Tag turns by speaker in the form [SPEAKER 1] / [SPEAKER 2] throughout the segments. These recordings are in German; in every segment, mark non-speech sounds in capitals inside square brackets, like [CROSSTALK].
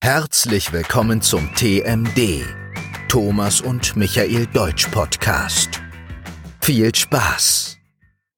[SPEAKER 1] Herzlich willkommen zum TMD, Thomas und Michael Deutsch Podcast. Viel Spaß!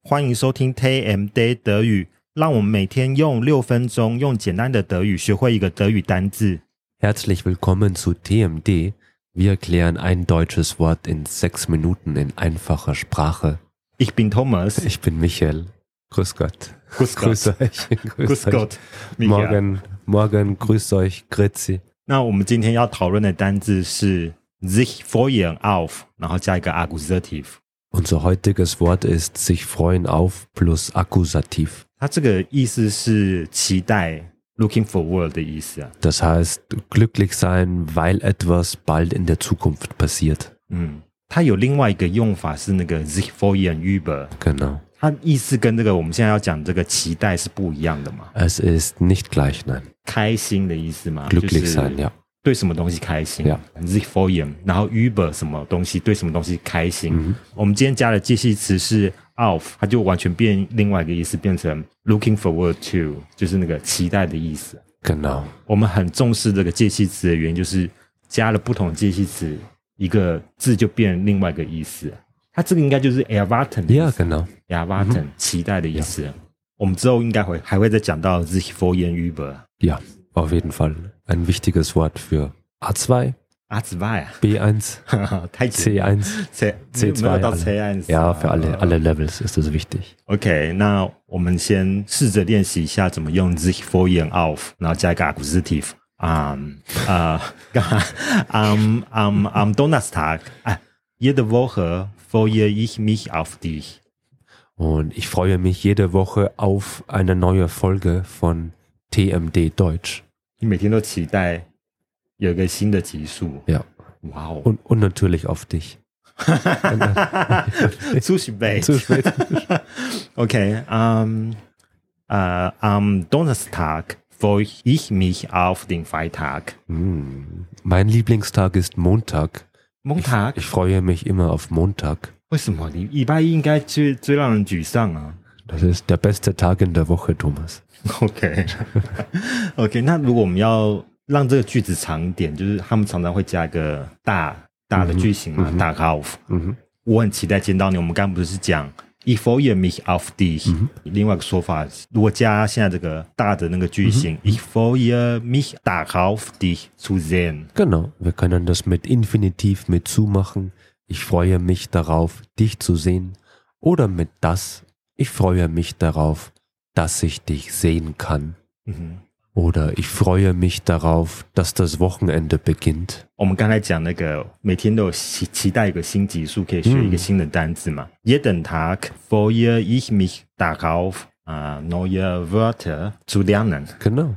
[SPEAKER 2] 欢迎收听 TMD 德语，让我们每天用六分钟，用简单的德语学会一个德语单字。
[SPEAKER 3] Herzlich willkommen zu TMD. Wir erklären ein deutsches Wort in sechs Minuten in einfacher Sprache.
[SPEAKER 2] Ich bin Thomas.
[SPEAKER 3] Ich bin Michael. Grüß Gott.
[SPEAKER 2] Grüß Gott.
[SPEAKER 3] [LAUGHS] Grüß
[SPEAKER 2] [LAUGHS]
[SPEAKER 3] euch.
[SPEAKER 2] Grüß Gott
[SPEAKER 3] Euch.
[SPEAKER 2] Michael
[SPEAKER 3] Morgen, morgen, grüß euch, Grüezi.
[SPEAKER 2] 那我们今天要讨论的单字是 sich freuen auf，然后加一个 accusative。
[SPEAKER 3] Unser heutiges Wort ist sich freuen auf plus Akkusativ.
[SPEAKER 2] 它这个意思是期待 （looking forward） 的意思啊。
[SPEAKER 3] Das heißt, glücklich sein, weil etwas bald in der Zukunft passiert.
[SPEAKER 2] 嗯，它有另外一个用法是那个 sich freuen über，
[SPEAKER 3] Genau.
[SPEAKER 2] 它意思跟这个我们现在要讲这个期待是不一样的嘛。
[SPEAKER 3] Es ist nicht gleich, nein.
[SPEAKER 2] 开心的意思嘛，就
[SPEAKER 3] Glücklich
[SPEAKER 2] 是
[SPEAKER 3] sein, ja.
[SPEAKER 2] 对什么东西开心
[SPEAKER 3] Yeah.
[SPEAKER 2] ，sich freuen，然后 über 什么东西对什么东西开心。我们今天加的介系词是 of，它就完全变另外一个意思，变成 looking forward to，就是那个期待的意思。
[SPEAKER 3] Genau.
[SPEAKER 2] 我们很重视这个介系词的原因，就是加了不同的介系词，一个字就变另外一个意思。它这个应该就是 erwarten，
[SPEAKER 3] Ja, genau.
[SPEAKER 2] erwarten、期待的意思。我们之后应该会还会再讲到 sich freuen über。
[SPEAKER 3] Ja, auf jeden Fall. Ein wichtiges Wort für A2,
[SPEAKER 2] 阿兹巴呀，
[SPEAKER 3] B1,
[SPEAKER 2] [LAUGHS] 太简
[SPEAKER 3] C1.
[SPEAKER 2] C
[SPEAKER 3] C2
[SPEAKER 2] 没有到
[SPEAKER 3] alle.
[SPEAKER 2] C 1
[SPEAKER 3] Ja, für alle, alle Levels ist das wichtig.
[SPEAKER 2] OK，那我们先试着练习一下怎么用 sich freuen auf，然后加一个 accusative。啊啊，am am am Donnerstag，啊，jede Woche freue ich mich auf dich。
[SPEAKER 3] Und ich freue mich jede Woche auf eine neue Folge von TMD Deutsch.
[SPEAKER 2] 你每天都期待有一个新的集数，
[SPEAKER 3] [LAUGHS] Ja.
[SPEAKER 2] 哇哦！
[SPEAKER 3] Und, und natürlich auf dich.
[SPEAKER 2] 出去呗。
[SPEAKER 3] Zu spät.
[SPEAKER 2] Okay, ähm, äh, am Donnerstag freue ich mich auf den Freitag.
[SPEAKER 3] Hm. Mein Lieblingstag ist Montag.
[SPEAKER 2] Montag？
[SPEAKER 3] Ich freue mich immer auf Montag.
[SPEAKER 2] 为什么你礼拜一应该最最让人沮丧啊 [LAUGHS]
[SPEAKER 3] Das ist der beste Tag in der Woche, Thomas.
[SPEAKER 2] ？OK，OK，、OK，那如果我们要让这个句子长一点，就是他们常常会加一个大大的句型嘛，大 auf。
[SPEAKER 3] Mhm.
[SPEAKER 2] 我很期待见到你。我们刚刚不是讲 i f o r e mich auf dich，、另外一个说法，如果加现在这个大的那个句型 i f o r e mich darauf dich zu sehen。
[SPEAKER 3] Genau, wir können das mit Infinitiv mit zumachen. Ich freue mich darauf, dich zu sehen. Oder mit das, ich freue mich darauf, dass ich dich sehen kann.
[SPEAKER 2] 嗯哼，
[SPEAKER 3] Oder ich freue mich darauf, dass das Wochenende beginnt.
[SPEAKER 2] 我们刚才讲那个每天都有期期待有个新级数，可以学一个新的单字嘛。Jeden Tag freue ich mich darauf 啊、neue Wörter zu lernen。
[SPEAKER 3] Genau.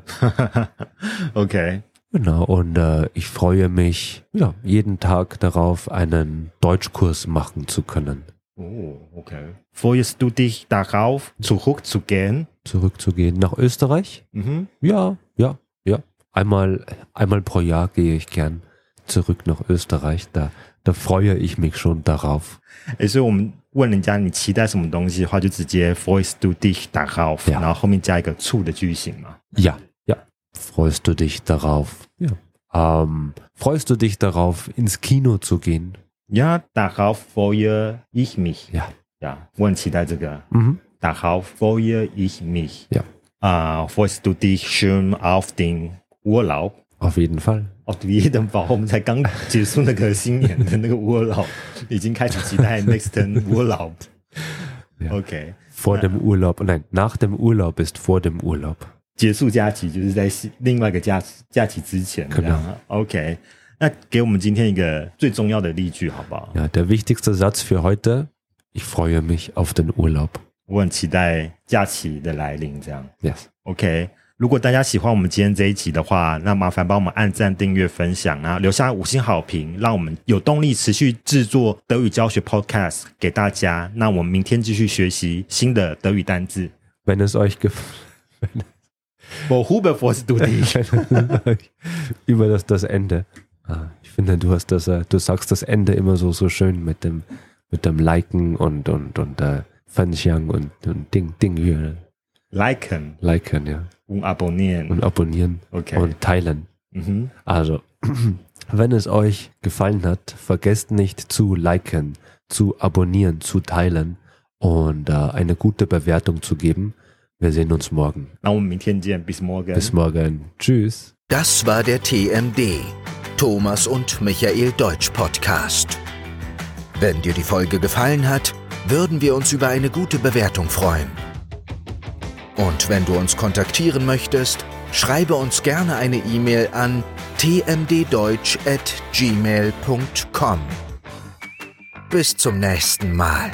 [SPEAKER 2] OK，
[SPEAKER 3] Genau, und äh, ich freue mich ja, jeden Tag darauf, einen Deutschkurs machen zu können.
[SPEAKER 2] 哦，OK。Freust du dich darauf zurückzugehen？
[SPEAKER 3] Zurückzugehen nach Österreich?
[SPEAKER 2] 嗯哼。
[SPEAKER 3] Ja, ja, ja. Einmal, einmal pro Jahr gehe ich gern zurück nach Österreich. Da, da freue ich mich schon darauf.
[SPEAKER 2] 诶，所以我们问人家你期待什么东西的话，就直接 voice to dish 打 off，、
[SPEAKER 3] Yeah.
[SPEAKER 2] 然后后面加一个 to 的句型嘛。
[SPEAKER 3] Ja, ja. Freust du dich darauf? Ja. Ähm, freust du dich darauf, ins Kino zu gehen?
[SPEAKER 2] Ja, darauf freue ich mich.
[SPEAKER 3] Ja.
[SPEAKER 2] Ja，我很期待这个。
[SPEAKER 3] Mhm.
[SPEAKER 2] Darauf freue ich mich.
[SPEAKER 3] Ja.
[SPEAKER 2] 啊、f r e u s t du dich schön auf den Urlaub?
[SPEAKER 3] Auf jeden Fall.
[SPEAKER 2] Auf jeden Fall，我们才刚结束那个新年的那个 Urlaub，已经开始期待 nächsten Urlaub。OK，
[SPEAKER 3] Vor dem Urlaub. Nein, nach dem Urlaub ist vor dem Urlaub.
[SPEAKER 2] 结束假期就是在另外一个假假期之前，这样啊 OK。那给我们今天一个最重要的例句好不好？
[SPEAKER 3] Ja, der wichtigste Satz für heute. Ich freue mich auf den Urlaub.
[SPEAKER 2] 我很期待假期的来临，这样
[SPEAKER 3] Yes.
[SPEAKER 2] OK。如果大家喜欢我们今天这一集的话，那麻烦帮我们按赞、订阅、分享啊，留下五星好评，让我们有动力持续制作德语教学 Podcast 给大家。那我们明天继续学习新的德语单字。
[SPEAKER 3] Wenn es euch gefällt.
[SPEAKER 2] Wo Huber f o r s du [LAUGHS] dich？
[SPEAKER 3] [LAUGHS] über das, das Ende. Ah, Ich finde, du hast das, äh, du sagst das Ende immer so, so schön mit dem, mit dem Liken und, und, und, äh, Fanxiang und, und Ding, Ding, hier.
[SPEAKER 2] Liken
[SPEAKER 3] liken, ja.
[SPEAKER 2] und abonnieren.
[SPEAKER 3] Und abonnieren
[SPEAKER 2] Okay.
[SPEAKER 3] und teilen.
[SPEAKER 2] Mhm.
[SPEAKER 3] Also, [CLEARS THROAT] wenn es euch gefallen hat, vergesst nicht zu liken, zu abonnieren, zu teilen und äh, eine gute Bewertung zu geben. Wir sehen uns morgen.
[SPEAKER 2] Na, und mit Tianjin, bis morgen.
[SPEAKER 3] Bis morgen. Tschüss.
[SPEAKER 1] Das war der TMD, Thomas und Michael Deutsch Podcast. Wenn dir die Folge gefallen hat, würden wir uns über eine gute Bewertung freuen. Und wenn du uns kontaktieren möchtest, schreibe uns gerne eine E-Mail an tmddeutsch@gmail.com. Bis zum nächsten Mal.